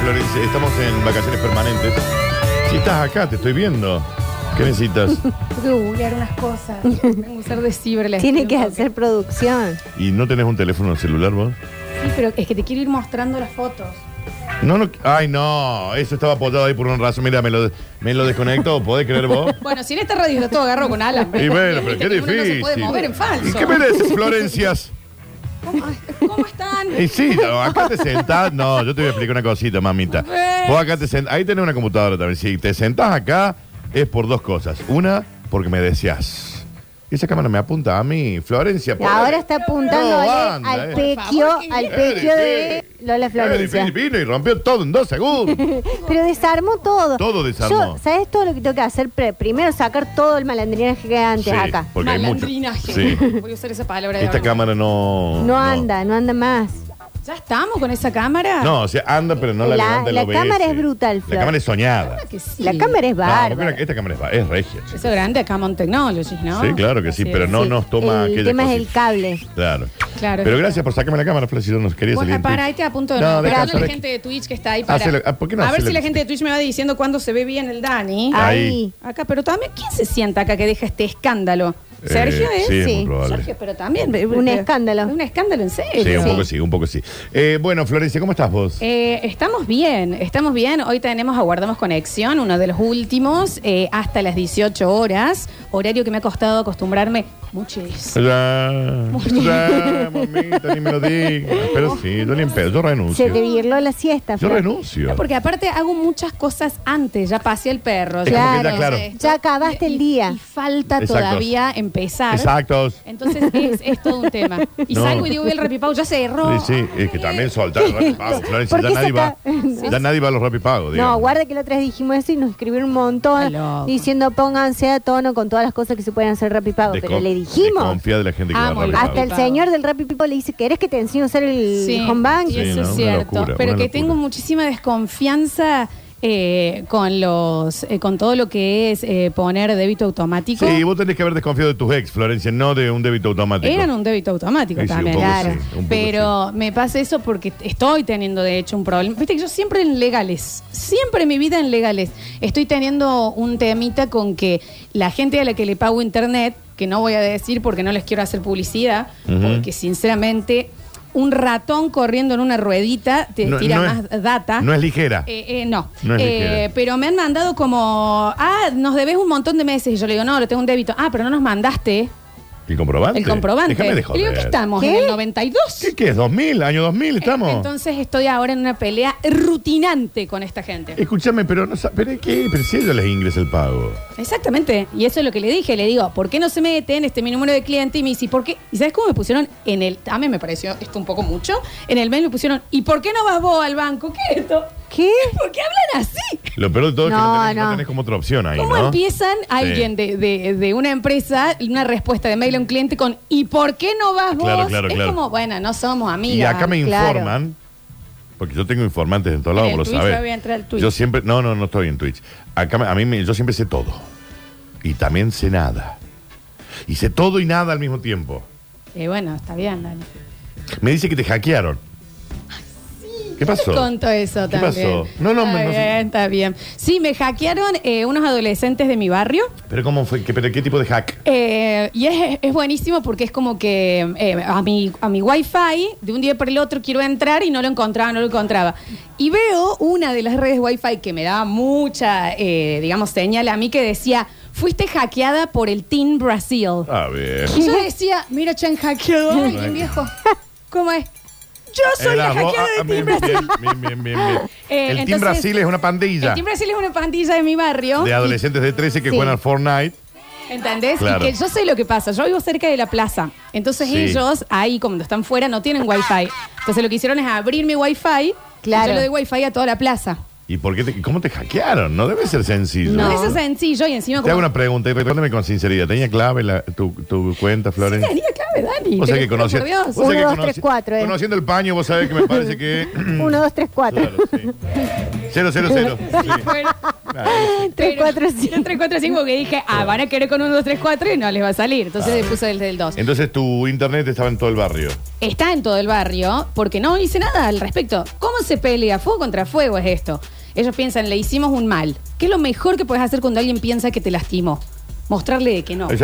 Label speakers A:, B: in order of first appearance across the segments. A: Florencia, estamos en vacaciones permanentes. Si estás acá, te estoy viendo. ¿Qué necesitas?
B: Tengo que googlear unas cosas. Tengo que ser de ciberles.
C: Tiene que hacer producción.
A: ¿Y no tenés un teléfono celular vos?
B: Sí, pero es que te quiero ir mostrando las fotos.
A: No, no. Ay, no. Eso estaba apoyado ahí por un razón. Mira, me lo, me lo desconectó. ¿Podés creer vos?
B: Bueno, si en esta radio está todo agarró con alambre.
A: Y bueno, pero qué
B: Viste que uno
A: difícil.
B: No se puede mover en
A: ¿Y
B: falso.
A: qué mereces, Florencias?
B: ¿Cómo, cómo están?
A: Y sí, no, acá te sentás. No, yo te voy a explicar una cosita, mamita. Vos acá te sentás. Ahí tenés una computadora también. Si te sentás acá, es por dos cosas. Una, porque me deseas. Esa cámara me apunta a mí, Florencia.
C: Y
A: por-
C: ahora está apuntando
A: No,
C: al-
A: banda,
C: al
A: eh.
C: pequio,
B: Por favor,
C: al
A: que-
C: pequio de Lola
A: Eh,
C: Florencia.
A: vi- Vino y rompió todo en dos segundos.
C: Pero desarmó todo.
A: Todo desarmó.
C: Yo, ¿Sabes todo lo que tengo que hacer? Pre- primero sacar todo el malandrinaje que hay antes
A: Sí,
C: acá.
A: Porque hay mucho.
B: Malandrinaje.
A: Sí.
B: Voy a usar esa palabra. de
A: Esta
B: ahora.
A: cámara no.
C: No, anda, no anda más.
B: ¿Ya estamos con esa cámara?
A: No, o sea, anda, pero no la,
C: La-
A: levanta el
C: la
A: OBS.
C: cámara es brutal,
A: La
C: Flor.
A: cámara es soñada.
B: Claro Ah, que sí.
C: La cámara es
A: No, porque
C: bárbara.
A: una- esta cámara es, va- es regia. chico.
B: Eso grande acá Camon Technologies, ¿no?
A: Sí, claro que sí,
B: Así
A: pero
B: es.
A: no nos toma
C: el
A: aquella
C: tema es el
A: cosita.
C: cable.
A: Claro.
B: Claro.
A: Pero gracias por sacarme la cámara, Flor, si no nos quería
B: Vos
A: salir. en
B: para, ahí
A: Twitch.
B: te apunto de
A: No,
B: nuevo.
A: deja,
B: Perdónale a la
A: Flor,
B: gente de Twitch que está ahí para.
A: Hacelo- ah, ¿por qué no
B: a ver
A: hacelo-
B: si la gente de Twitch me va diciendo cuándo se ve bien el Dani.
A: Ah. Ahí.
C: Ahí.
B: Acá, pero también, ¿quién se sienta acá que deja este escándalo?
A: Eh,
B: Sergio es.
A: Sí, es muy
C: sí.
A: probable.
B: Sergio, pero también. eh,
C: Un escándalo.
B: Un escándalo en serio.
A: Sí, un poco sí, un poco sí. Eh, bueno, Florencia, ¿cómo estás vos?
B: Eh, estamos bien, estamos bien. Hoy tenemos Aguardamos Conexión, uno de los últimos, eh, hasta las 18 horas. Horario que me ha costado acostumbrarme muchísimo.
A: Ya, ya, mamita, ni me lo digas. Pero sí, yo ni en pedo, yo
C: Se te
A: renuncio.
C: virló la siesta.
A: Yo
C: Flor.
A: renuncio.
B: Porque aparte hago muchas cosas antes, ya pasé el perro.
A: Es como que ya, claro.
B: entonces,
C: Ya acabaste el día.
B: Y falta
A: Exacto.
B: todavía empezar.
A: Exactos.
B: Entonces es, es todo un tema. Y
A: No.
B: salgo y digo, "Uy, el repipau ya se erró.
A: Sí, sí, es que también soltar rapipagos, Florencia,
C: ¿Por
A: ya
C: qué
A: nadie va.
C: saca-
A: Ya nadie va a los rapipagos,
C: No,
A: digamos.
C: guarda que la otra vez dijimos eso y nos escribieron un
B: Está
C: montón
B: loco.
C: diciendo pónganse a tono con todas las cosas que se pueden hacer rapipago. Pero
A: Descon-
C: le dijimos. Ah,
A: Desconfía de la gente que va a
B: Amo el
A: rapipago.
C: Hasta el
B: Rapipago.
C: señor del Rappi People le dice, ¿querés que te enseñe a usar el
B: Sí,
C: home bank?
B: y
A: Sí,
B: eso
A: ¿no?
B: es
A: Una
B: cierto.
A: locura,
B: pero
A: una
B: que
A: locura.
B: tengo muchísima desconfianza eh, con los, eh, con todo lo que es eh, poner débito automático.
A: Sí, vos tenés que haber desconfiado de tus ex, Florencia, no de un débito automático.
B: Eran un débito automático
A: Sí, sí, un
B: también.
A: poco
C: Claro.
A: sí, un poco
B: Pero me pasa eso porque estoy teniendo de hecho un problema. Viste que yo siempre en legales, siempre en mi vida en legales, estoy teniendo un temita con que la gente a la que le pago internet, que no voy a decir porque no les quiero hacer publicidad,
A: Ujú.
B: porque sinceramente un ratón corriendo en una ruedita te
A: No-
B: tira
A: no
B: más
A: es-
B: data.
A: No es ligera.
B: Eh, eh, no,
A: No es
B: Eh,
A: ligera.
B: pero me han mandado como, ah, nos debes un montón de meses. Y yo le digo, no, lo tengo un débito. Ah, pero no nos mandaste
A: ¿El comprobante?
B: el comprobante.
A: Déjame de
B: Le digo,
A: joder.
B: ¿qué estamos? ¿En
C: ¿Qué?
B: el 92?
A: ¿Qué, qué es? ¿2000? ¿Año 2000 estamos?
B: Entonces estoy ahora en una pelea rutinante con esta gente.
A: Escúchame, pero no sa- pero, ¿qué? pero si a ellos les ingresa el pago.
B: Exactamente. Y eso es lo que le dije. Le digo, ¿por qué no se meten? Este es mi número de cliente. Y me dice, ¿por qué? ¿Y sabes cómo me pusieron en el. A mí me pareció esto un poco mucho. En el mail me pusieron, ¿y por qué no vas vos al banco? ¿Qué es esto?
C: ¿Qué?
B: ¿Por qué hablan así?
A: Lo peor de todo es que no
C: No,
A: tenés, no
C: no.
A: tenés como otra opción ahí,
B: ¿Cómo
A: ¿no?
B: empiezan alguien de, de- de una empresa una respuesta de mail a un cliente con ¿y por qué no vas vos?
A: Claro, claro,
B: es
A: claro.
B: como, bueno, no somos
A: Y
B: amigas.
A: acá me
C: claro.
A: informan, porque yo tengo informantes en todos
B: En
A: lados,
B: el
A: vos lo
B: Twitch, yo voy a entrar al
A: sabés.
B: Twitch.
A: Yo siempre, no, no, no estoy en Twitch. Acá me- a mí me- yo siempre sé todo. Y también sé nada. Y sé todo y nada al mismo tiempo.
B: Y Eh, bueno, está bien, Dani.
A: Me dice que te hackearon. ¿Qué pasó?
B: Te conto eso
A: ¿Qué
B: también.
A: pasó? No, no,
B: está
A: me- no sé.
B: bien, está bien. Sí, me hackearon eh, unos adolescentes de mi barrio.
A: Pero cómo fue, ¿Qué, pero qué tipo de hack?
B: eh, y es, es buenísimo porque es como que eh, a, mi, a mi wifi, de un día para el otro quiero entrar y no lo encontraba, no lo encontraba. Y veo una de las redes wifi que me daba mucha, eh, digamos, señal a mí que decía, fuiste hackeada por el Team Brasil.
A: A ver.
B: Y Yo decía, mira, Chan hackeado a alguien viejo. ¿Cómo es? Yo soy
A: Era
B: la
A: vos-
B: hackeada
A: ah,
B: del Team
A: bien,
B: Brasil.
A: bien, bien, bien, bien, bien.
B: Eh,
A: el Team
B: entonces,
A: Brasil es una pandilla
B: El Team Brasil es una pandilla de mi barrio.
A: de adolescentes de 13 que
B: Sí.
A: juegan al Fortnite.
B: ¿Entendés?
A: Claro.
B: Y que yo sé lo que pasa. Yo vivo cerca de la plaza. Entonces
A: Sí.
B: ellos ahí, cuando están fuera, no tienen wifi. Entonces lo que hicieron es abrir mi wifi.
C: Claro.
B: Y yo le doy wifi a toda la plaza.
A: ¿Y por qué te- cómo te hackearon? No debe ser sencillo.
B: No. Eso es sencillo y encima
A: Te
B: como...
A: hago una pregunta y respóndeme con sinceridad. ¿Tenía clave la- tu, tu cuenta,
B: Sí,
A: Florencia?
B: tenía clave, Dani.
A: O sea
B: te
A: que
B: lo juro
A: conocí-
B: por Dios.
A: vos sabés que
C: Uno, dos,
A: conocí-
C: tres, cuatro, eh.
A: Conociendo el paño, vos sabés que me parece que.
C: 1, 2, 3, 4.
A: Claro, sí. Cero, cero, cero. Sí.
B: Bueno,
A: Claro.
C: Tres,
B: pero-
C: cuatro, cinco.
B: Yo tres, cuatro, cinco, que dije, ah, van a querer con un, dos, tres, cuatro y no les va a salir.
A: Ah.
B: Entonces le puse el del dos.
A: Entonces tu internet estaba en todo el barrio.
B: está en todo el barrio porque no hice nada al respecto. ¿Cómo se pelea? Fuego contra fuego es esto. Ellos piensan, le hicimos un mal. ¿Qué es lo mejor que puedes hacer cuando alguien piensa que te lastimó? Mostrarle que no.
A: Sí,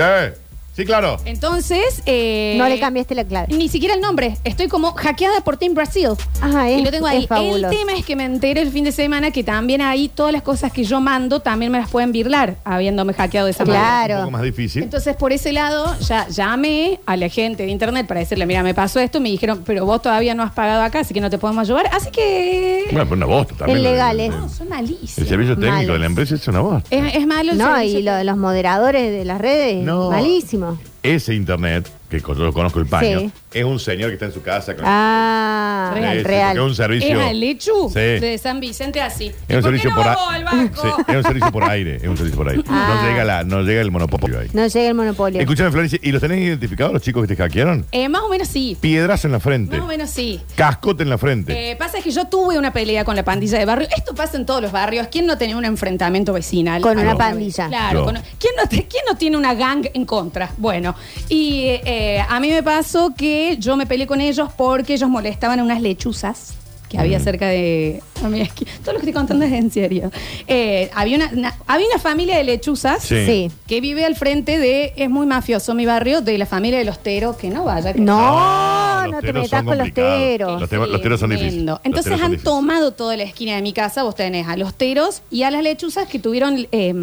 A: sí, claro.
B: Entonces, eh,
C: No le cambiaste la clave.
B: Ni siquiera el nombre. Estoy como hackeada por Team Brasil.
C: Ajá, es,
B: y lo tengo ahí.
C: es fabuloso.
B: El tema es que me enteré el fin de semana que también ahí todas las cosas que yo mando también me las pueden virlar habiéndome hackeado de esa manera.
C: Claro.
A: Un poco más difícil.
B: Entonces, por ese lado, ya llamé a la gente de internet para decirle, mira, me pasó esto. Me dijeron, pero vos todavía no has pagado acá, así que no te podemos ayudar. Así que...
A: Bueno, pero una bosta también.
C: Es legal,
A: El,
C: ¿eh?
B: no, son malísimos.
A: el servicio técnico
C: Malos.
A: de la empresa es una bosta.
B: Es, es malo el
C: No,
B: servicio
C: y lo de los moderadores de las redes,
A: No.
C: malísimo.
A: Ese internet, que co- yo conozco el paño,
C: Sí.
A: es un señor que está en su casa con
C: Ah,
A: Sí, sí,
C: real,
A: porque Es un servicio.
B: Es al lechu
A: Sí.
B: de San Vicente así.
A: Es
B: ¿Y
A: un
B: por qué
A: servicio
B: no
A: por a-
B: vamos al banco?
A: Sí, es un servicio por aire, es un servicio por aire.
C: Ah.
A: No llega la, no llega el monopolio ahí.
C: No llega el monopolio.
A: Escúchame, Florencia, ¿y los tenés identificados los chicos que te hackearon?
B: Eh, más o menos sí.
A: Piedras en la frente,
B: Más o menos sí.
A: cascote en la frente.
B: Eh, pasa que yo tuve una pelea con la pandilla de barrio. Esto pasa en todos los barrios. ¿Quién no tenía un enfrentamiento vecinal?
C: Con una
B: Alguna
C: pandilla.
B: vez? Claro.
A: Yo.
B: con- ¿quién, no te- quién no tiene una gang en contra? Bueno, y eh, eh, a mí me pasó que yo me peleé con ellos porque ellos molestaban a unas lechuzas que había
A: Mm.
B: cerca de... a mí es que- todo lo que estoy contando es en serio. Eh, había, una, una- había una familia de lechuzas
A: Sí.
C: Sí.
B: que vive al frente de... Es muy mafioso mi barrio, de la familia de los teros, que no vaya. que-
C: No,
A: Ah, los
C: no te
A: teros
C: metas
A: son
C: con los
A: complicados.
C: teros.
A: Los teros- los teros son difíciles.
B: Tremendo.
A: Los
B: Entonces
A: teros son
B: han
A: difíciles.
B: tomado toda la esquina de mi casa. Vos tenés a los teros y a las lechuzas que tuvieron eh,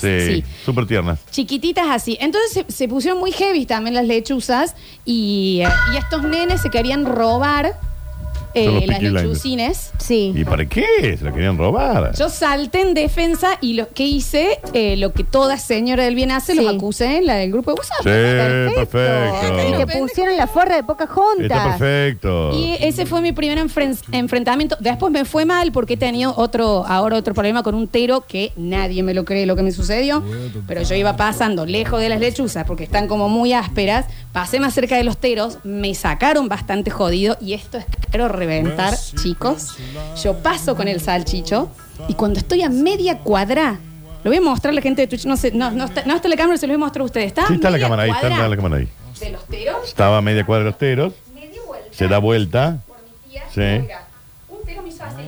C: Lechucitas.
A: Sí,
B: sí.
A: súper tiernas.
B: Chiquititas así. Entonces se, se pusieron muy heavy también las lechuzas y, eh, y estos nenes se querían robar eh,
A: Son los
B: las
A: Peaky Blinders.
B: lechucines.
A: ¿Y
C: Sí.
A: para qué? Se la querían robar.
B: Yo salté en defensa y lo que hice, eh, lo que toda señora del bien hace, los
C: Sí.
B: acusé en la del grupo de WhatsApp.
A: Sí, perfecto.
C: Y te pusieron la forra de poca
A: Está
C: junta.
A: perfecto.
B: Y ese fue mi primer enfren- enfrentamiento. Después me fue mal porque he tenido otro, ahora otro problema con un tero que nadie me lo cree lo que me sucedió. Pero yo iba pasando lejos de las lechuzas porque están como muy ásperas. Pasé más cerca de los teros, me sacaron bastante jodido y esto es que quiero reventar,
A: Pues
B: chicos. Yo paso con el salchicho y cuando estoy a media cuadra. Lo voy a mostrar a la gente de Twitch. No, sé, no, no, está, no está la cámara, se lo voy a mostrar a ustedes. ¿Está?
A: Sí, está la
B: media
A: cámara ahí, está,
B: cuadra
A: está la cámara ahí.
B: De los teros,
A: Estaba a media cuadra de los teros,
B: me di vuelta
A: se da vuelta.
B: por mi tía,
A: Sí.
B: oiga, un pelo me hizo así.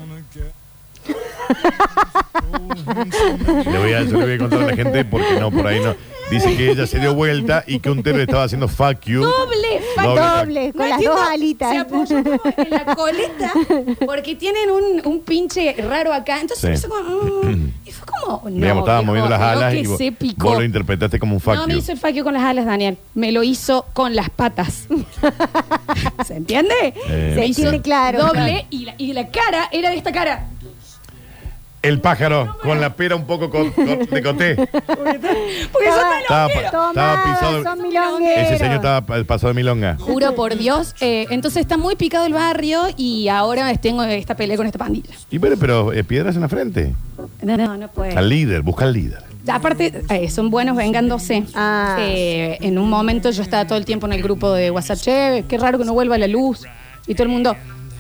A: Le voy a, yo le voy a contar a la gente porque no, por ahí no. Dice que ella se dio vuelta y que un tero le estaba haciendo fuck you.
B: Doble fuck.
C: Doble,
A: Doble.
C: con
B: No
C: las
B: entiendo,
C: dos alitas.
B: Se apoyó como en la coleta porque tienen un, un pinche raro acá. Entonces
A: Sí.
B: me hizo como. mm, y fue como. No,
A: Digamos, estaba
B: viejo,
A: moviendo las
B: creo
A: alas
B: que
A: y vos,
B: se picó.
A: vos lo interpretaste como un fuck
B: no
A: you.
B: me hizo el fuck you con las alas, Daniel. Me lo hizo con las patas. ¿Se entiende?
A: Eh,
B: Me
C: Se
B: hizo
C: entiende claro.
B: Doble y la, y la cara era de esta cara.
A: El pájaro con la pera un poco co- co- de coté.
B: Porque yo te lo
A: Estaba, pa- estaba
C: Tomá,
A: pisado.
C: son milongueros.
A: Ese señor estaba pa- pasado de milonga.
B: Juro por Dios. Eh, entonces está muy picado el barrio y ahora tengo esta pelea con esta pandilla.
A: Y bueno, pero eh, piedras en la frente.
B: No, no, no puede.
A: Al líder, busca al líder.
B: Aparte, eh, son buenos vengándose.
C: Ah.
B: Eh, en un momento yo estaba todo el tiempo en el grupo de WhatsApp, che, qué raro que no vuelva la luz. Y todo el mundo,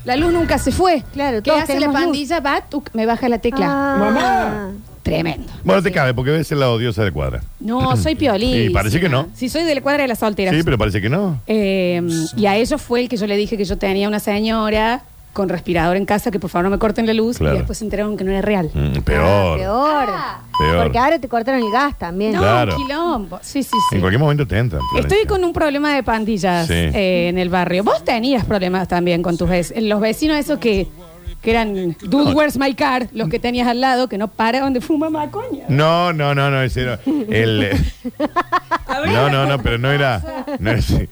B: la luz nunca se fue.
C: Claro,
B: ¿Qué
C: todos
B: hace la
C: tenemos luz.
B: pandilla? Va, tuc, me baja la tecla.
C: Ah.
B: Tremendo.
A: Bueno, te cabe porque ves la odiosa de cuadra.
B: No, soy piolín.
A: Sí, parece que no.
B: Sí, soy de la cuadra de las solteras.
A: Sí, pero parece que no.
B: Eh, y a ellos fue el que yo le dije que yo tenía una señora con respirador en casa, que por favor no me corten la luz.
A: Claro.
B: Y después se enteraron que no era real.
A: Mm,
C: Ah,
A: peor.
C: peor.
B: Ah.
A: Peor.
C: Porque ahora te cortaron el gas también.
B: No,
A: Claro.
B: quilombo. Sí, sí, sí.
A: En cualquier momento te entran. Florencia.
B: Estoy con un problema de pandillas
A: Sí.
B: eh, en el barrio. Vos tenías problemas también con tus vecinos. Los vecinos esos que, que eran Dude, where's my car? Los que tenías al lado que no paraban de fumar macoña.
A: No, no, no, no, ese no. El, eh, no, no, no, pero no era. no era ese.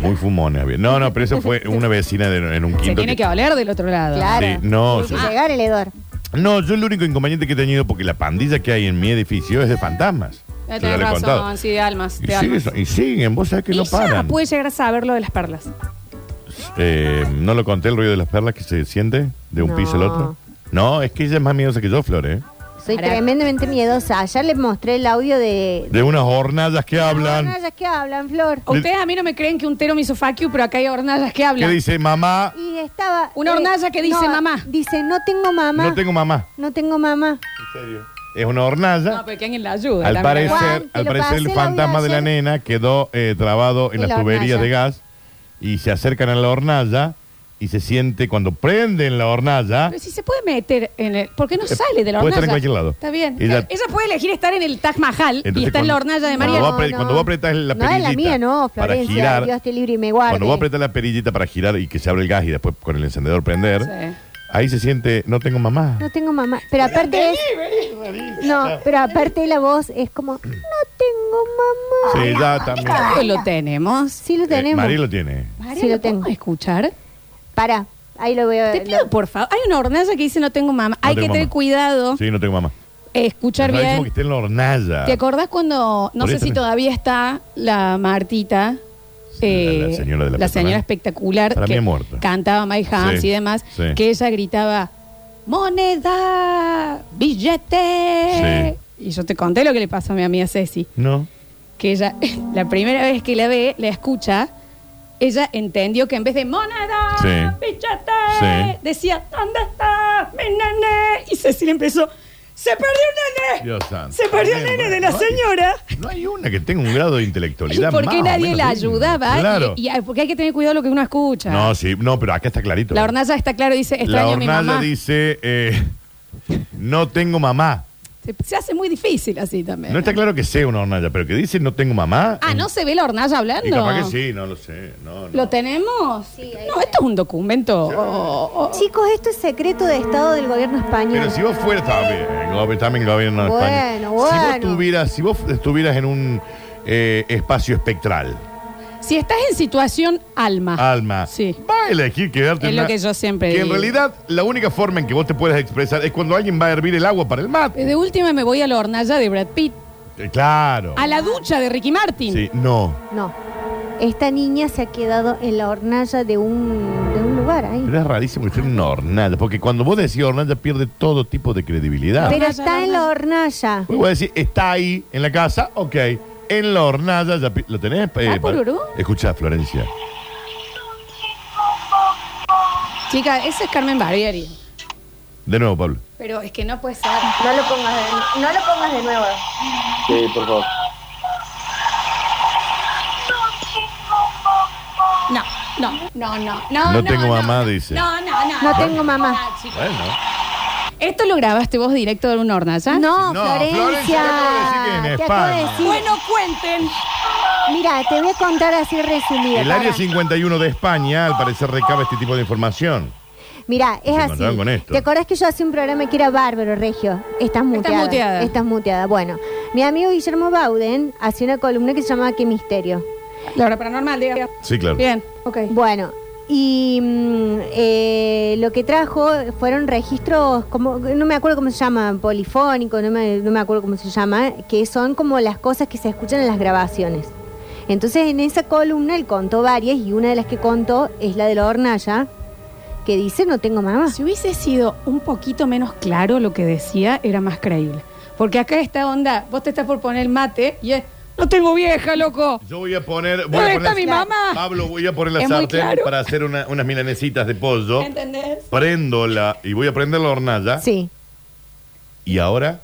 A: muy fumona. había. No, no, pero eso fue una vecina de- en un
B: Se
A: quinto.
B: tiene que oler del otro lado.
C: Claro.
A: Sí, no,
C: Tiene
A: sí.
C: que llegar el hedor.
A: No, yo el único inconveniente que he tenido, porque la pandilla que hay en mi edificio es de fantasmas.
B: Ya
A: Yo ya
B: tenés
A: lo he contado.
B: razón, sí, de almas.
A: Y
B: de
A: siguen,
B: almas.
A: y siguen, vos sabés que
B: Y
A: no
B: ya
A: paran.
B: puede llegar a saber lo de las perlas.
A: Eh, ¿No lo conté el ruido de las perlas que se siente de un
C: No.
A: piso al otro? No, es que ella es más miedosa que yo, Flor, ¿eh?
C: Soy
B: Para-
C: tremendamente miedosa. Ayer les mostré el audio de...
A: De unas hornallas que hablan.
C: Hornallas que hablan, Flor.
B: Ustedes a mí no me creen que un tero me hizo fuck you, pero acá hay hornallas que
A: ¿Qué
B: hablan.
A: dice mamá?
C: Y estaba... eh,
B: Una hornalla que dice
C: no,
B: mamá.
C: Dice, no tengo mamá.
A: No tengo mamá.
C: No tengo mamá.
A: En serio. Es una
B: No,
A: hornalla.
B: pero que alguien la ayuda.
A: Al
B: la
C: Juan,
A: parecer,
C: te
A: al
C: lo
A: parecer el
C: pasé el
A: fantasma
C: audio
A: de la
C: ayer.
A: nena quedó eh, trabado en
C: En
A: las
C: la
A: tuberías
C: hornalla.
A: de gas y se acercan a la hornalla y se siente cuando prenden la hornalla.
B: Pero si se puede meter en el... ¿Por qué no
A: Eh,
B: sale de la hornalla?
A: puede estar en cualquier lado.
B: Está bien.
A: Ella-
B: Ella, puede elegir estar en el Taj Mahal y
A: Entonces,
B: está en la
A: cuando-
B: hornalla de
A: cuando
B: María.
A: vos apre- cuando vos apretás la
C: No es la
A: perillita
C: mía, no,
A: para
C: Florencia.
A: girar-
C: Dios te libre y me guarde.
A: Cuando vos apretas la perillita para girar y que se abre el gas y después con el encendedor prender,
B: Sí.
A: ahí se siente, no tengo mamá.
C: No tengo mamá. Pero aparte es... No, pero aparte la voz es como... No tengo mamá.
A: Sí, ya también.
B: Esto lo tenemos.
C: Sí lo
A: Eh,
C: tenemos.
A: María lo tiene.
B: María,
C: Sí, lo
B: ¿lo podemos
C: tengo. Eh,
B: escuchar?
C: Para, ahí lo veo.
B: Te
C: lo-
B: pido, por favor. Hay una hornalla que dice no tengo mamá.
A: No
B: Hay
A: tengo
B: que tener
A: mamá.
B: cuidado,
A: Sí, no tengo mamá.
B: eh, escuchar
A: Es rarísimo que
B: bien.
A: esté en la hornalla.
B: ¿Te acordás cuando, no
A: Por
B: sé
A: eso
B: si
A: me-
B: todavía está la Martita?
A: Sí, la- la señora de la peatonal.
B: Eh, señora espectacular
A: Para mí
B: que
A: es muerta.
B: cantaba My Hands
A: Sí,
B: y demás,
A: sí.
B: que ella gritaba moneda, billete. Y yo te conté lo que le pasó a mi amiga Ceci,
A: No.
B: que ella la primera vez que la ve, la escucha, ella entendió que en vez de moneda,
A: Sí.
B: billete,
A: Sí.
B: decía ¿dónde está mi nene? Y Ceci le empezó se perdió el nene.
A: Dios santo.
B: Se perdió el
A: Tremendo,
B: nene de la
A: ¿no?
B: señora.
A: No hay una que tenga un grado de
B: ¿Y
A: intelectualidad.
B: por qué
A: más o
B: nadie
A: menos
B: la
A: digno.
B: ayudaba?
A: Claro.
B: Y, y- porque hay que tener cuidado lo que uno escucha.
A: no, sí, no, pero acá está clarito.
B: la hornalla está claro, dice,
A: La
B: extraño a mi
A: hornalla
B: mamá.
A: dice, eh, no tengo mamá.
B: Se, se hace muy difícil así también.
A: No está claro que sea una hornalla, pero que dice no tengo mamá.
B: Ah, ¿no se ve la hornalla hablando?
A: Y capaz que sí, no lo sé. No, no.
B: ¿Lo tenemos?
C: Sí, ahí
B: no, esto es un documento. Oh, oh, oh.
C: Chicos, esto es secreto de Estado del gobierno español.
A: Pero si vos fueras también, gobi- también gobierno de
C: Bueno,
A: España. Si vos
C: bueno.
A: tuvieras, si vos estuvieras en un eh, espacio espectral,
B: Si estás en situación alma.
A: alma,
B: Sí.
A: va a elegir quedarte.
B: Es
A: en
B: lo
A: una-
B: que yo siempre
A: Que en
B: digo.
A: realidad la única forma en que vos te puedes expresar es cuando alguien va a hervir el agua para el mate.
B: De última me voy a la hornalla de Brad Pitt.
A: Eh, claro.
B: A la ducha de Ricky Martin.
A: Sí, no.
C: No. Esta niña se ha quedado en la hornalla de un, de un lugar ahí.
A: Pero es rarísimo que esté en una hornalla, porque cuando vos decís hornalla pierde todo tipo de credibilidad.
C: Pero
B: hornalla,
C: está en la hornalla.
A: Vos voy a decir, está ahí, en la casa, ok. En la hornalla, ya pi- ¿lo tenés?
B: Ah, pururú.
A: Escucha, Florencia.
B: Chica, esa es Carmen Barbieri.
A: De nuevo, Pablo.
B: Pero es que no puede ser.
D: No lo pongas de, no lo pongas de nuevo.
E: Sí, por favor.
B: No, no, no, no, no.
A: No tengo mamá, dice.
B: No, no, no.
C: No tengo mamá.
B: Ah, chico.
A: Bueno.
B: ¿Esto lo grabaste vos directo de una hornalla?
C: No,
A: ¿Ah? No,
C: Florencia.
A: Florencia, te acabo de decir que en
C: Te acabo
A: España.
C: de decir.
B: Bueno, cuenten.
C: Mira, te voy a contar así resumido.
A: El área
C: pará.
A: 51 de España, al parecer, recaba este tipo de información.
C: Mira, es así.
A: encontraron con esto.
C: ¿Te acordás que yo hacía un programa que era bárbaro, Regio? Estás muteada.
B: muteada.
C: Estás muteada. Bueno, mi amigo Guillermo Bauden hacía una columna que se llamaba Qué misterio.
B: La hora paranormal, diga.
A: Sí, claro.
B: Bien, ok.
C: Bueno, y mm, eh, lo que trajo fueron registros, como no me acuerdo cómo se llama, polifónico, no me, no me acuerdo cómo se llama, que son como las cosas que se escuchan en las grabaciones. Entonces en esa columna él contó varias y una de las que contó es la de la hornalla, que dice no tengo mamá.
B: Si hubiese sido un poquito menos claro lo que decía, era más creíble. Porque acá esta onda, vos te estás por poner el mate y es, no tengo vieja, loco.
A: Yo voy a poner. Voy a
B: ¿Dónde
A: poner-
B: está mi mamá?
A: Pablo, voy a poner la
B: Es muy
A: sartén
B: claro.
A: para hacer una- unas milanesitas de pollo.
B: ¿Entendés?
A: Prendo la. Y voy a prender la hornalla.
C: Sí.
A: Y ahora.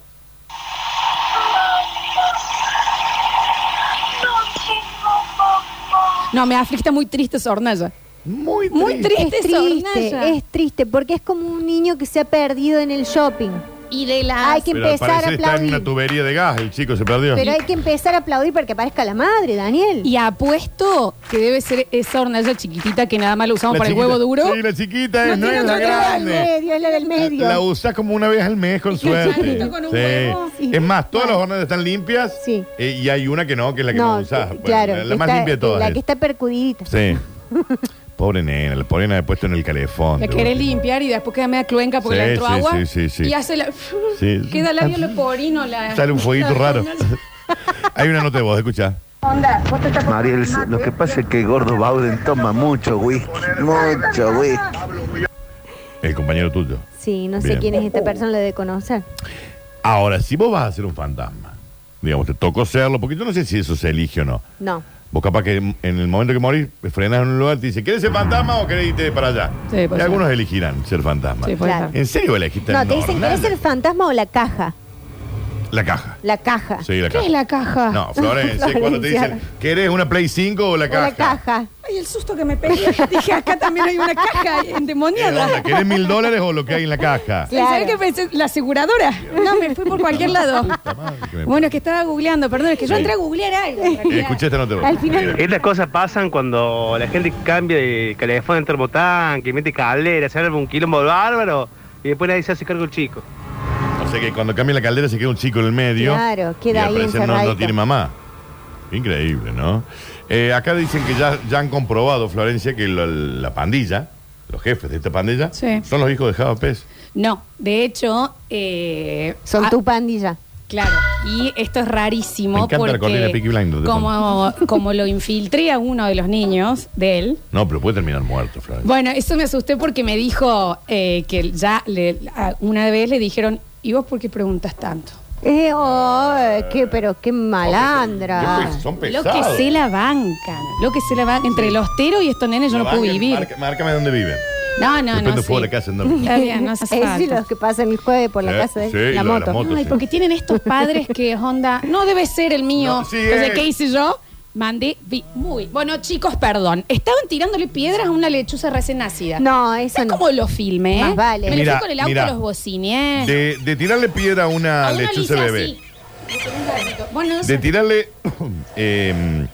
B: No, me aflicta muy triste esa hornalla.
A: Muy triste.
B: Muy
C: Es
B: triste, esa hornalla.
C: triste, es triste, porque es como un niño que se ha perdido en el shopping.
B: Y de la...
C: Hay que
A: Pero al
C: empezar a
A: parecer está en una
C: aplaudir.
A: tubería de gas. El chico se perdió.
C: Pero hay que empezar a aplaudir para que aparezca la madre, Daniel.
B: Y apuesto que debe ser esa hornalla chiquitita que nada más la usamos
A: La
B: para
A: chiquita-
B: el huevo duro.
A: Sí, la chiquita
B: No
A: es, no,
B: tiene
A: es la
B: otro
A: grande.
C: medio, es la del medio.
A: La usas como una vez al mes con
B: Y cachadito
A: suerte.
B: con un
A: Sí.
B: huevo.
C: Sí.
A: Es más, todas
C: Bueno.
A: las hornallas están limpias
C: Sí.
A: eh, y hay una que no, que es la que no, usás.
C: eh,
A: Bueno,
C: claro,
A: la, la
C: que
A: más
C: está-
A: limpia de todas.
C: La
A: es.
C: que está percudidita.
A: Sí. Pobre nena, la pobre nena la he puesto en el calefón.
B: La
A: de
B: querés
A: última.
B: limpiar y después queda media cluenca porque
A: Sí,
B: le entró
A: sí,
B: agua.
A: sí, sí, sí.
B: Y hace la.
A: Sí.
B: Queda labio leporino la.
A: Sale un fueguito
B: la-
A: raro. hay una nota de voz, escucha.
D: Onda, vos te estás por-
E: Mariel, lo que pasa es que Gordo Bauden toma mucho whisky, mucho whisky.
A: El compañero tuyo.
C: Sí, no sé
A: Bien.
C: quién es esta persona, la de conocer.
A: Ahora, si vos vas a ser un fantasma, digamos, te tocó serlo, porque yo no sé si eso se elige o no.
C: No.
A: Vos capaz que en en el momento que morís, frenas en un lugar y te dice, ¿querés ser fantasma o querés irte para allá?
B: Sí, puede
A: y
B: ser.
A: algunos elegirán ser fantasma.
B: Sí, puede
C: Claro.
B: ser.
A: ¿En serio elegiste
C: No, te dicen, ¿querés ser el fantasma o la caja?
A: La caja.
C: La caja.
A: Sí, la
B: ¿Qué
A: caja.
B: es la caja?
A: No, Florencia, cuando te dicen, ¿querés una Play 5 o la
C: Ah. O
A: caja?
C: la caja.
B: Ay, el susto que me pegué. Dije, acá también hay una caja
A: ¿Qué onda?
B: endemoniada.
A: ¿Querés mil dólares o lo que hay en la caja?
C: Claro.
B: ¿Sabes qué pensé? La aseguradora. No, me fui por cualquier lado.
A: Puta madre, que me-
B: Bueno, es que estaba googleando, perdón, es que yo
A: Sí.
B: entré a googlear algo. en
A: Eh,
B: realidad.
A: escuché esta no te voy.
C: Al final-
F: Estas cosas pasan cuando la gente cambia de calefón en termotanque, mete caldera, se arma un quilombo bárbaro y después nadie se hace cargo el chico.
A: O sea que cuando cambia la caldera se queda un chico en el medio.
C: Claro, queda
A: y al
C: ahí
A: parecer no, no
C: encerradito.
A: tiene mamá. Increíble, ¿no? Eh, acá dicen que ya, ya han comprobado, Florencia, que la, la pandilla, los jefes de esta pandilla,
B: Sí.
A: son los hijos de Java Pez.
B: No, de hecho. eh,
C: Son
B: ah,
C: tu pandilla.
B: Claro, y esto es rarísimo
A: Me encanta la cortina de Peaky Blinders
B: porque
A: de
B: como, como lo infiltré a uno de los niños de él,
A: No, pero puede terminar muerto, Florencia.
B: bueno, eso me asusté porque me dijo eh, que ya le- a- una vez le dijeron, ¿y vos por qué preguntas tanto?
C: Eh, oh, eh, qué, pero qué
A: Qué
C: malandra.
A: pe- Son
B: Lo
A: pesados.
B: que se la bancan, lo que se la bancan, entre los teros y estos nenes yo no
A: La
B: puedo
A: banca-
B: vivir.
A: marca- márcame dónde viven.
B: No, no,
A: Después
B: no.
A: te puedo
B: sí.
A: la casa, no.
B: Está bien, no hace
C: Es decir,
B: falta.
C: los que pasan el jueves por la
A: Eh,
C: casa de
A: sí, lo de
C: la
A: las
C: moto.
A: motos.
B: Ay,
A: sí.
B: porque tienen estos padres que es onda, no debe ser el mío.
A: No, sí
B: Entonces,
A: es.
B: ¿qué hice yo? Mandé, vi- muy, bueno, chicos, perdón. Estaban tirándole piedras a una lechuza recién nacida.
C: No, eso no.
B: como lo filmé?
C: Más vale.
B: Me lo
A: Mira,
B: fui con el auto
A: mira.
B: los bociné.
A: De, de tirarle piedra a una
B: A uno le hice
A: lechuza bebé.
B: así. Un gatito. Bueno, no
A: De
B: sé.
A: tirarle em,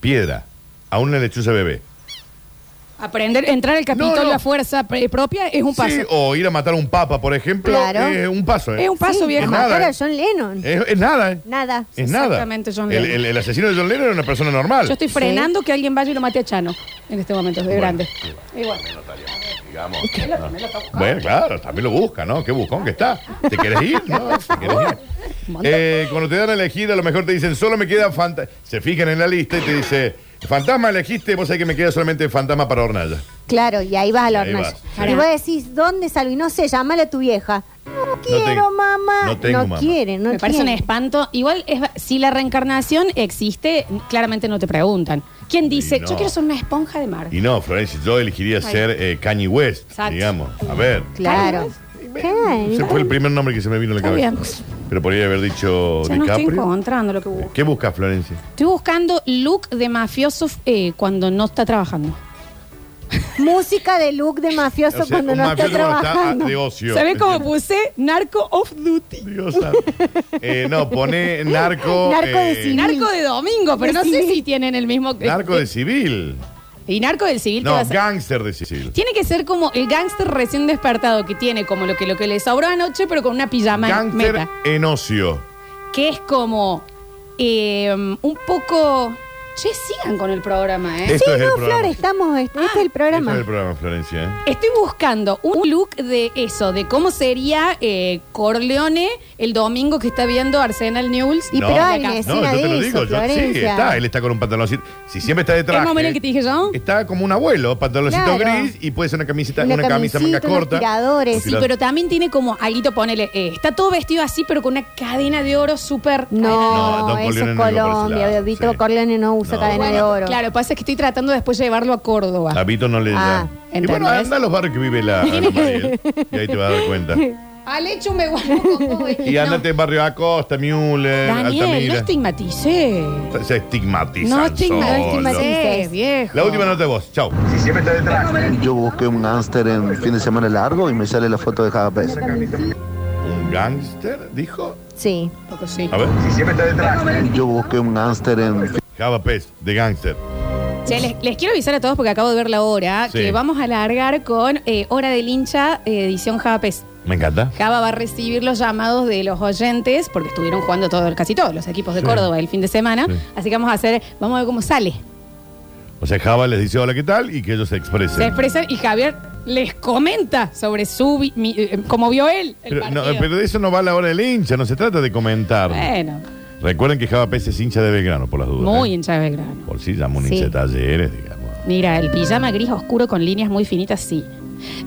A: piedra a una lechuza bebé.
B: aprender, entrar al Capitolio
A: No, no.
B: a fuerza pre- propia es un paso.
A: Sí, o ir a matar a un papa, por ejemplo,
C: Claro.
A: es un paso. ¿eh?
B: Es un paso,
C: Sí,
B: viejo.
A: Es nada,
C: Matar a
A: ¿eh?
C: John Lennon.
A: Es, es nada, ¿eh?
C: Nada.
A: Es nada.
B: Exactamente, John
A: el,
B: Lennon.
A: el- el asesino de John Lennon era una persona normal.
B: Yo estoy
C: Sí.
B: frenando que alguien vaya y lo mate a Chano en este momento, de
A: Bueno,
B: grande.
A: sí.
B: Igual.
A: digamos. ¿no? Bueno, claro, también lo busca, ¿no? Qué buscón que está. ¿Te quieres ir? ¿No? ¿Te querés ir? Eh, cuando te dan a elegir, a lo mejor te dicen, solo me queda fantasma. Se fijan en la lista y te dice, fantasma elegiste, vos sabés que me queda solamente fantasma para hornalla.
C: Claro, y ahí vas a la
A: Y ahí
C: hornalla.
A: vas, sí.
C: Y vos decís, ¿dónde salgo? Y no sé, llámale a tu vieja. No quiero,
A: tengo-
C: mamá.
A: no tengo
C: no
A: mamá.
C: quiere, no
B: Me parece un
C: quiere.
B: espanto. Igual, es, si la reencarnación existe, claramente no te preguntan. ¿Quién dice,
A: no.
B: yo quiero ser una esponja de mar?
A: Y no, Florencia, yo elegiría ser eh, Kanye West,
B: Exacto.
A: digamos. A ver.
C: Claro. Claro.
A: Ese fue el primer nombre que se me vino a la
B: Está
A: cabeza.
B: bien.
A: Pero podría haber dicho
B: Ya no estoy
A: DiCaprio.
B: encontrando lo que busco.
A: ¿Qué busca Florencia?
B: Estoy buscando look de mafioso eh, cuando no está trabajando.
C: Música de look de mafioso
A: O sea,
C: cuando
A: un
C: no está
A: mafioso cuando está,
C: trabajando.
A: ah, de ocio.
B: ¿Sabes cómo puse? Narco off duty.
A: Dios santo. Eh, no, pone narco.
C: Narco de
A: eh,
C: civil.
B: Narco de domingo, pero no sé
C: Decime.
B: si tienen el mismo.
A: Narco de civil.
B: Y narco del civil. te
A: No,
B: vas a-
A: gángster de civil.
B: Tiene que ser como el gángster recién despertado que tiene como lo que, lo que le sobró anoche, pero con una pijama en
A: Gángster
B: meta.
A: en ocio.
B: que es como eh, un poco. Che, sigan con el programa, ¿eh?
A: Esto
C: Sí,
A: es el
C: no,
A: programa.
C: Flor, estamos. Este es el
A: Esto
C: programa.
A: es el programa, Florencia. ¿eh?
B: Estoy buscando un look de eso, de cómo sería eh, Corleone el domingo que está viendo Arsenal News.
C: Y
A: No.
C: pero
A: hay
C: hay una
A: No, yo
C: escena
A: te lo
C: de
A: digo.
C: eso,
A: Yo, sí,
C: Florencia.
A: está. Él está con un pantaloncito. Si siempre está
B: ¿Es
A: detrás. eh,
B: más o menos el que te dije yo?
A: Está como un abuelo, pantaloncito
C: Claro.
A: gris y puede ser una camiseta, una,
C: Una
A: camisa manga
C: camisita, unos
A: corta.
C: tiradores.
A: Un
B: Sí, pero también tiene como alguito, ponele, eh, está todo vestido así, pero con una cadena de oro súper...
A: No,
C: No,
A: Don
C: eso es
A: Corleone no iba por ese
C: Colombia.
A: lado,
C: Vito
A: sí.
C: Corleone no usa
A: No.
C: cadena de oro.
B: Claro, pasa que estoy tratando después de llevarlo a Córdoba.
A: A Vito no le da.
C: Ah,
A: y bueno,
B: ¿entendés?
A: anda a los barrios que vive la Ana María, Y ahí te vas a dar cuenta.
B: Al hecho me guardo con todo esto.
A: Y andate en barrio Acosta, Müller,
B: Daniel, no
A: Eh, Altamira.
B: estigmaticé.
A: Se estigmatizan.
B: No estigma- no
A: solos.
B: estigmaticé,
C: estigmatices.
B: viejo.
A: La última nota de vos. Chau.
E: Yo busqué un gángster en fin de semana largo y me sale la foto de Java Pez.
A: ¿Un gángster? Dijo.
C: Sí.
B: Poco sí.
A: A ver.
E: Yo busqué un gángster en
A: Java Pez, de gángster.
B: Che, les, les quiero avisar a todos porque acabo de ver la hora
A: Sí.
B: que vamos a largar con eh, Hora del Hincha, eh, edición Javapes.
A: Me encanta.
B: Java va a recibir los llamados de los oyentes porque estuvieron jugando todo, casi todos los equipos de
A: Sí.
B: Córdoba el fin de semana.
A: Sí.
B: Así que vamos a hacer, vamos a ver cómo sale.
A: O sea, Java les dice hola, ¿qué tal? Y que ellos se expresen.
B: Se expresan y Javier les comenta sobre su vi- mi- eh, cómo vio él el
A: pero, no,
B: partido.
A: pero de eso no va la hora del hincha, no se trata de comentar.
B: bueno,
A: Recuerden que Java Pez es hincha de Belgrano, por las dudas.
B: muy
A: ¿eh?
B: hincha de Belgrano.
A: Por si llama un
C: Sí.
A: hincha de talleres, digamos.
B: Mira, el pijama gris oscuro con líneas muy finitas, sí.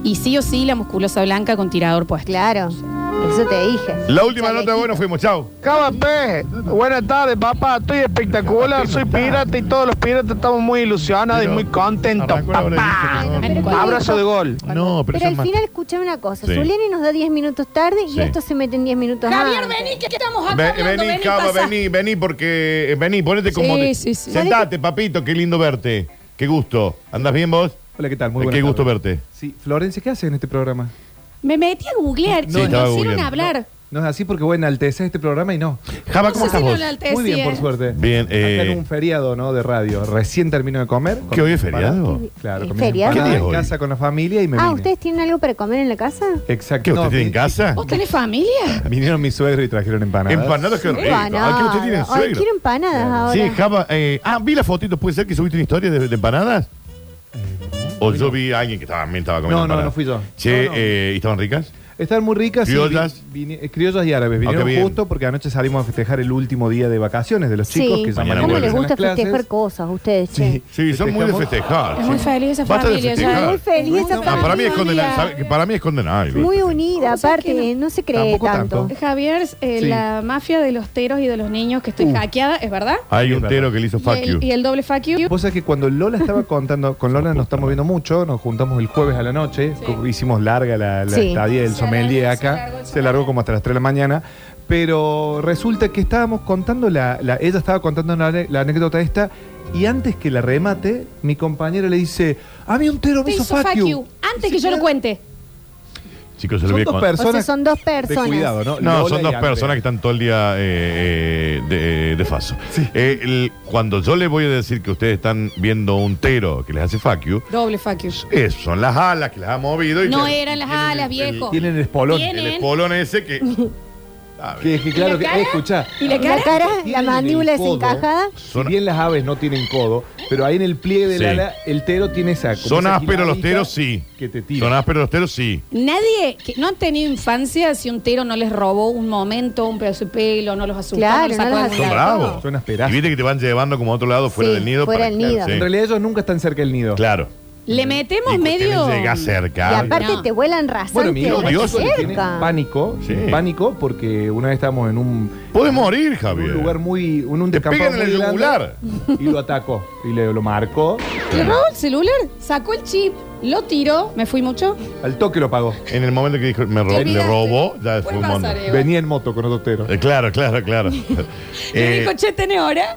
B: Y sí o sí, la musculosa blanca con tirador pues, puesto.
C: Claro, eso te dije.
A: La última nota,
C: Chalecito.
A: bueno, fuimos, chau.
G: Cábate, buenas tardes papá, estoy espectacular, soy pirata y todos los piratas estamos muy ilusionados y
A: Pero-
G: muy contentos,
A: Arrancó la hora
G: papá.
A: del inicio,
B: Bueno,
A: ¿no?
G: Abrazo de gol.
A: No, pero,
C: Pero,
A: eso es
C: al
A: más-
C: final, escuchame una cosa.
A: Sí.
C: Zuliani nos da 10 minutos tarde y
A: Sí.
C: estos se meten 10 minutos
B: Javier,
C: antes.
B: vení, que estamos acá.
A: Ve-
B: hablando,
A: vení, Cava,
B: pasa.
A: vení, vení, porque eh, vení, ponete
B: Sí,
A: como. te-
B: sí, sí.
A: Sentate, papito, qué lindo verte. Qué gusto. ¿Andas bien vos?
H: Hola, ¿qué tal?
A: Eh,
H: Muy
A: qué
H: buenas
A: gusto
H: tardes.
A: verte.
H: Sí, Florencia, ¿qué haces en este programa?
B: Me metí a googlear,
A: Sí,
B: chicos,
A: estaba
B: me hicieron
A: googleando.
B: hablar.
H: No es así porque, bueno, enalteces este programa y no.
A: Java, ¿cómo
B: No sé
A: estás
B: si
A: vos?
B: no la altecí,
H: Muy bien, por
B: eh.
H: suerte.
A: Bien, eh,
H: Acá en un feriado, ¿no? De radio. Recién termino de comer.
A: ¿Qué hoy es feriado?
H: Claro,
C: ¿Es
H: comí una
C: feriado?
H: empanada
A: ¿Qué día es
H: en
A: hoy?
H: casa con la familia y me
C: Ah,
H: vine.
C: ¿ustedes tienen algo para comer en la casa?
H: Exacto.
A: ¿Qué, usted
H: No,
A: tiene en
H: vi-
A: casa?
B: ¿Vos tenés familia?
H: Vinieron mi suegro y trajeron empanadas.
A: Empanadas, qué rico. Ah, ¿qué usted tiene
C: Empanadas. Ay,
A: suegro?
C: quiero empanadas ahora.
A: Sí, Java. eh, ah, vi las fotitos. ¿Puede ser que subiste una historia de, de empanadas? ¿O Eh, yo vi a alguien que también estaba comiendo
H: No, no,
A: empanadas?
H: no fui yo.
A: Che,
H: No, no.
A: eh, ¿y estaban ricas?
H: Están muy ricas. sí,
A: Criollas.
H: vi- vine- eh, criollas y árabes. Vinieron
A: Ah, qué bien.
H: justo porque anoche salimos a festejar el último día de vacaciones de los chicos.
C: Sí.
H: Que ya
A: Mañana
H: mañana
C: ¿Cómo les
A: vuelven.
C: gusta
H: empiezan las clases.
C: festejar cosas a ustedes? che?
A: Sí, son muy de
H: Festejamos.
A: festejar.
B: Es muy
A: sí.
B: feliz esa
A: Basta de
B: familia, ya.
A: festejar.
C: Muy feliz esa
H: No,
A: Ah, para mí
C: familia.
A: esconden algo, ¿sabe? Que Para mí esconden algo.
C: Muy unida,
B: ¿Cómo sabes
C: aparte,
B: que
C: no? se cree
H: Tampoco
C: tanto.
H: tanto.
B: Javier, eh,
H: Sí.
B: la mafia de los teros y de los niños que estoy hackeada, ¿es verdad?
A: Hay
H: Es
A: un
H: verdad.
A: tero que le hizo fuck
B: y,
A: you.
B: el, y el doble fuck you.
H: Vos sabés que cuando Lola estaba contando, con Lola nos estamos viendo mucho, nos juntamos el jueves a la noche,
B: Sí.
H: co- hicimos larga la, la
C: Sí.
H: estadía del
B: Se
H: sommelier
B: alargó, se
H: acá,
B: alargó el
H: se largó como hasta las 3 de la mañana, pero resulta que estábamos contando, la, la- ella estaba contando la, la anécdota esta, y antes que la remate, mi compañera le dice, a mí un tero me
B: Te
H: hizo
B: hizo fuck
H: facu.
B: you. Antes que yo lo cuente.
A: Chicos, se lo
H: Son
A: voy a
H: dos
A: contar.
H: personas.
C: O sea, son dos
H: De
C: personas.
H: cuidado,
A: No,
H: ¿no? Lola
A: son
H: y
A: dos
H: Andrea.
A: personas que están todo el día eh, eh, de, de faso. Eh, el- cuando yo les voy a decir que ustedes están viendo un tero que les hace fuck you,
B: Doble fuck you.
A: es- son las alas que las ha movido. Y
B: No
A: te-
B: eran las
A: tienen
B: alas,
A: el-
B: viejo.
A: El,
H: Tienen el espolón.
B: Tienen-
A: el espolón ese que... A ver,
H: Que, que claro
B: la
H: que,
B: cara?
H: eh, escuchá,
B: ¿Y la
C: La
B: cara?
C: cara, la
H: Tienen
C: mandíbula
H: el codo.
C: desencajada.
H: Si
A: Son-
H: bien las aves no tienen codo, pero ahí en el pliegue del
A: Sí.
H: ala, el tero tiene esa. como
A: son
H: esa
A: ásperos los
H: giradita
A: teros, sí.
H: Que te tira.
A: Son ásperos los teros, sí.
B: Nadie que no han tenido infancia si un tero no les robó un momento, un pedazo de pelo, no los asustó,
C: Claro,
B: no los sacó
C: no los
B: de
A: Son
B: algún
C: asustó.
B: lado.
A: bravos.
H: Son asperazos.
A: Y viste que te van llevando como a otro lado fuera
C: Sí,
A: del nido.
C: fuera del
A: claro,
C: nido.
A: sí.
H: En realidad ellos nunca están cerca del nido.
A: Claro.
B: Le metemos
A: Y cuestiones
B: medio.
A: llega cerca.
C: Y aparte
B: no.
C: te vuelan
H: Bueno,
C: rasante
H: mi hijo,
A: Bastante
H: mi
A: Dios,
H: chico le
A: cerca.
H: tiene pánico,
A: Sí.
H: pánico porque una vez estábamos en un,
A: Puedes morir,
H: en un
A: Javier.
H: lugar muy, en un
A: Ah, Te
H: descampado
A: pegan en
H: muy
A: el
H: grande,
A: yugular.
H: y lo atacó y le lo marcó,
B: Le robó el celular, sacó el chip, lo tiró, me fui mucho.
H: al toque lo pagó.
A: En el momento que dijo, me ro- le
B: olvidaste.
A: robó, ya fue
B: Puede
A: un
B: pasar,
A: montón.
B: eh. Eva.
H: Venía en moto con otro tero.
A: Eh, Claro, claro, claro.
B: Y me
A: Eh,
B: dijo, che, tenés hora.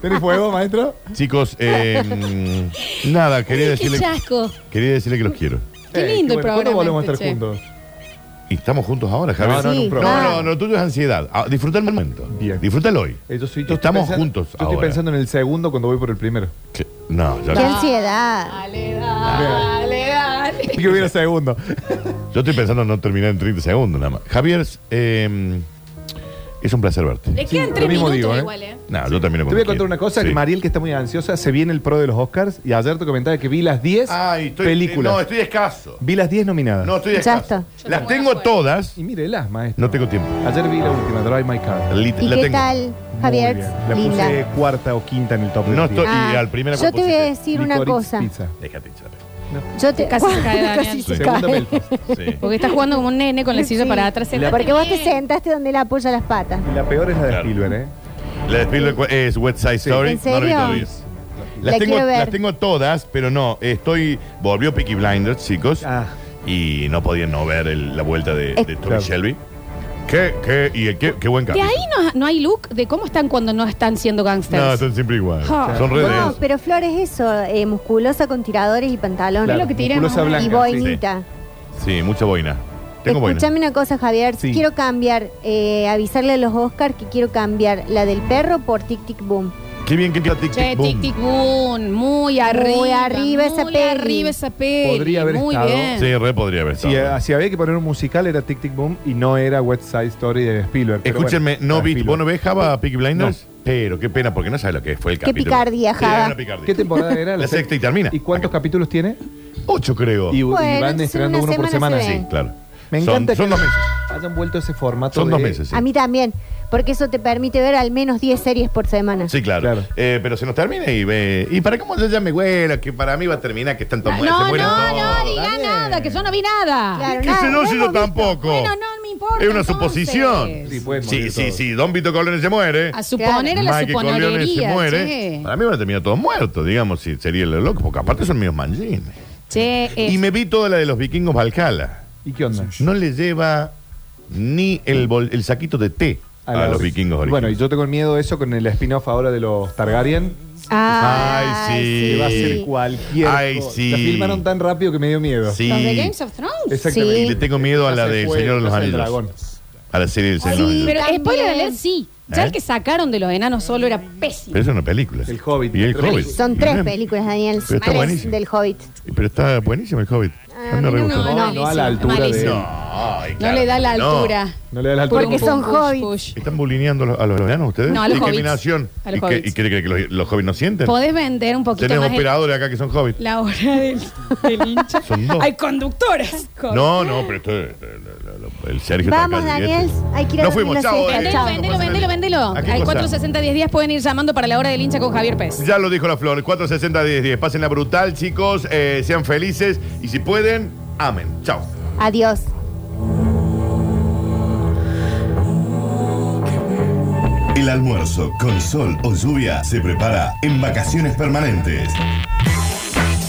H: ¿Tenés fuego, maestro?
A: chicos, eh, mm, nada, quería
B: Qué
A: decirle,
B: chasco.
A: quería decirle que los quiero.
B: Qué
H: Eh,
B: lindo el
H: bueno, ¿Cuándo
B: programa
H: volvemos
B: este,
H: a estar
B: che?
H: juntos?
A: Y estamos juntos ahora, Javier.
H: No, no, en un
C: Sí,
H: programa.
A: No,
C: ah.
A: no, lo tuyo es ansiedad. Ah, disfruta el momento.
H: Bien.
A: Disfrútalo hoy.
H: Eh, yo soy- yo estoy
A: Estamos
H: pensando-
A: juntos
H: Yo estoy
A: ahora.
H: pensando en el segundo cuando voy por el primero.
A: Que- No, ya-
C: Qué ansiedad.
B: Dale, dale, dale.
H: Y que hubiera segundo.
A: yo estoy pensando en no terminar en 30 segundos nada más. Javier, eh, es un placer verte.
B: Le quedan
H: lo
B: tres
H: mismo
B: minutos
H: digo, ¿eh?
B: igual, ¿eh?
A: No, yo también lo
H: Te voy a contar una cosa, que Mariel, que está muy ansiosa, se viene el pro de los Oscars y ayer te comentaba que vi las 10
A: Ay, estoy,
H: películas.
A: No, estoy escaso.
H: Vi las 10 nominadas.
A: No, estoy
C: Ya
A: escaso.
C: está.
A: Las tengo todas.
H: Y mire, las maestro.
A: No tengo tiempo.
H: Ayer vi la última, Drive My Car.
A: Lit-
C: ¿Y
A: la
C: qué
A: tengo.
C: tal,
H: Muy
C: Javier?
H: bien. La
C: Linda. Ah,
H: puse cuarta o quinta en el top
A: No
H: 10.
A: estoy- Y al primero
C: yo te voy a
A: compusiste
C: decir una
H: Licorice
C: cosa.
H: Pizza.
A: Déjate, chale.
C: Yo te
B: Casi se cae, Daniel.
C: Casi se
H: Segunda
C: cae.
H: Belfast.
A: Sí.
B: Porque está jugando como un nene con la silla
C: Sí.
B: para atrás. sentate
C: Porque vos te
B: bien.
C: sentaste donde él apoya las patas.
H: Y la peor es la de
A: Claro.
H: Spielberg, ¿eh?
A: La de Spielberg es West Side Story.
C: ¿En
A: No la vi
C: serio?
A: todavía. Las,
C: La
A: tengo,
C: quiero ver.
A: las tengo todas, pero no. Estoy. Volvió Peaky Blinders, chicos.
H: Ah,
A: Y no podía no ver el- la vuelta de, de
C: Es-
A: Tommy
H: Claro.
A: Shelby. Qué, qué, y qué, qué buen
B: De
A: cambio.
B: ahí no, Ah, no hay look de cómo están cuando no están siendo
A: No,
B: gangsters.
A: son siempre iguales.
B: Ah.
A: Son redes.
C: No, pero Flor es eso, eh, musculosa con tiradores y pantalones.
H: claro.
B: lo que te dirán,
H: Musculosa
B: ¿no?
H: blanca,
C: Y
H: sí.
C: boinita.
A: Sí, mucha boina. Tengo boina.
C: Escúchame una cosa, Javier.
H: Sí.
C: Quiero cambiar, eh, avisarle a los Oscars que quiero cambiar la del perro por Tic Tic Boom.
A: Qué bien que queda tic,
B: Che,
A: tic, boom.
B: tic tic boom, muy arriba.
C: arriba esa
B: muy
C: peli.
B: arriba esa peli.
H: Podría haber
B: muy
H: estado.
B: bien.
A: Sí, re podría haber
H: Si, eh,
A: estado.
H: si había que poner un musical era Tic Tic Boom y no era West Side Story de Spielberg. pero
A: Escúchenme,
H: bueno,
A: ¿no
H: la
A: viste,
H: Spielberg.
A: ¿vos no ves Java Peaky Blinders? Pero qué pena, porque no sabes lo que fue el
C: Qué
A: capítulo.
C: picardía,
A: Sí,
C: Java.
A: era una picardía.
H: ¿Qué temporada era?
A: La sexta y termina.
H: ¿Y cuántos capítulos tiene?
A: Ocho, creo.
H: Y, y
C: Bueno,
H: van
C: si
H: estrenando
C: una
H: uno por
C: semana
H: semana.
C: se ve.
A: Sí, claro.
H: Me
A: Son-
H: encanta
A: son
H: que
A: dos meses.
H: hayan vuelto ese formato.
A: Son
H: de-
A: dos meses. Sí,
C: A mí también, porque eso te permite ver al menos 10 series por semana.
A: Sí, claro.
H: Claro.
A: Eh, pero se nos termina y ve. ¿Y para cómo yo ya me huelo? Que para mí va a terminar que están todos muertos.
B: Ah, No, no,
A: se mueren todos.
B: no, diga
H: Daniel.
B: nada, que yo no vi nada.
C: Claro,
A: ¿Qué
C: nada,
A: sé
C: lo
A: yo si
C: hemos visto.
A: yo tampoco?
B: Bueno, no me importa.
A: Es una
B: entonces.
A: suposición.
H: Sí, pueden
A: Sí,
H: morir
A: sí,
H: todos.
A: sí. Don Vito Corleone se muere.
B: A suponer a la
A: Mike Corleone se
B: suponería.
A: muere.
B: Che,
A: Para mí van a terminar todos muertos, digamos, si sería lo loco, porque aparte son míos manjines.
B: Che, eh,
A: Y me vi toda la de los vikingos Valhalla.
H: ¿Y qué onda?
A: No le lleva ni el, bol- el saquito de té a,
H: la-
A: los vikingos
H: Bueno, y
A: originales.
H: yo tengo el miedo de eso con el spin-off ahora de los Targaryen.
A: Ay, sí.
H: Que va a
A: Sí.
H: ser cualquier.
A: Ay,
H: cosa.
A: sí.
H: La filmaron tan rápido que me dio miedo.
A: Sí.
B: ¿Los de Games of Thrones?
H: Exactamente.
A: Y le tengo miedo a la
H: Casa
A: del
H: Fuego,
A: Señor de los
H: Casa del
A: Anillos.
H: Dragón.
A: A la serie del Señor de los
C: Sí,
A: Anillos.
B: Pero
C: También.
B: spoiler alert, sí. Ya
A: ¿Eh?
B: el que sacaron de los enanos solo era pésimo.
A: Pero es una película.
H: El Hobbit.
A: Y el
H: Tres
A: Hobbit.
C: Son tres películas, Daniel.
A: Pero está
C: Tres
A: buenísimo.
C: del Hobbit.
A: Pero está buenísimo el Hobbit.
C: Ah,
A: A mí me re
C: no,
A: gustó.
H: No, no,
B: malísimo,
H: a la altura
B: malísimo.
H: de.
A: No, ay,
B: No
A: claro
B: le da la
A: que no.
B: altura.
H: No le da la altura.
C: Porque son
B: Push,
C: hobbits.
B: push.
A: ¿Están bulineando a los- a los veranos ustedes?
B: No, a los hobbits.
A: Discriminación.
B: A los
A: ¿Y, qué,
B: hobbits.
A: ¿Y quiere creer que los, los hobbits no sienten?
B: Podés vender un poquito
A: Tenemos
B: más el-
A: operadores acá que son hobbits.
B: la hora del, del hincha.
A: Son dos.
B: Hay conductores.
A: No, no, pero esto eh, es- el, el Sergio
C: Vamos,
A: está acá,
C: Daniel.
A: directo.
C: Hay que ir a
A: No
C: dormir
A: fuimos,
C: la
A: chao.
C: siesta.
A: eh.
B: Vendelo,
C: Chao.
B: vendelo, vendelo, vendelo.
A: ¿A qué
B: Hay
A: cosa?
B: 460 10 días pueden ir llamando para la hora del hincha con Javier Pérez.
A: Ya lo dijo la flor, 460 1010. Pásenla brutal, chicos. eh, sean felices y si pueden, amen. Chao.
C: Adiós.
I: El almuerzo con sol o lluvia se prepara en vacaciones permanentes.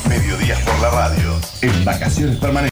I: Mediodías por la radio. En vacaciones permanentes.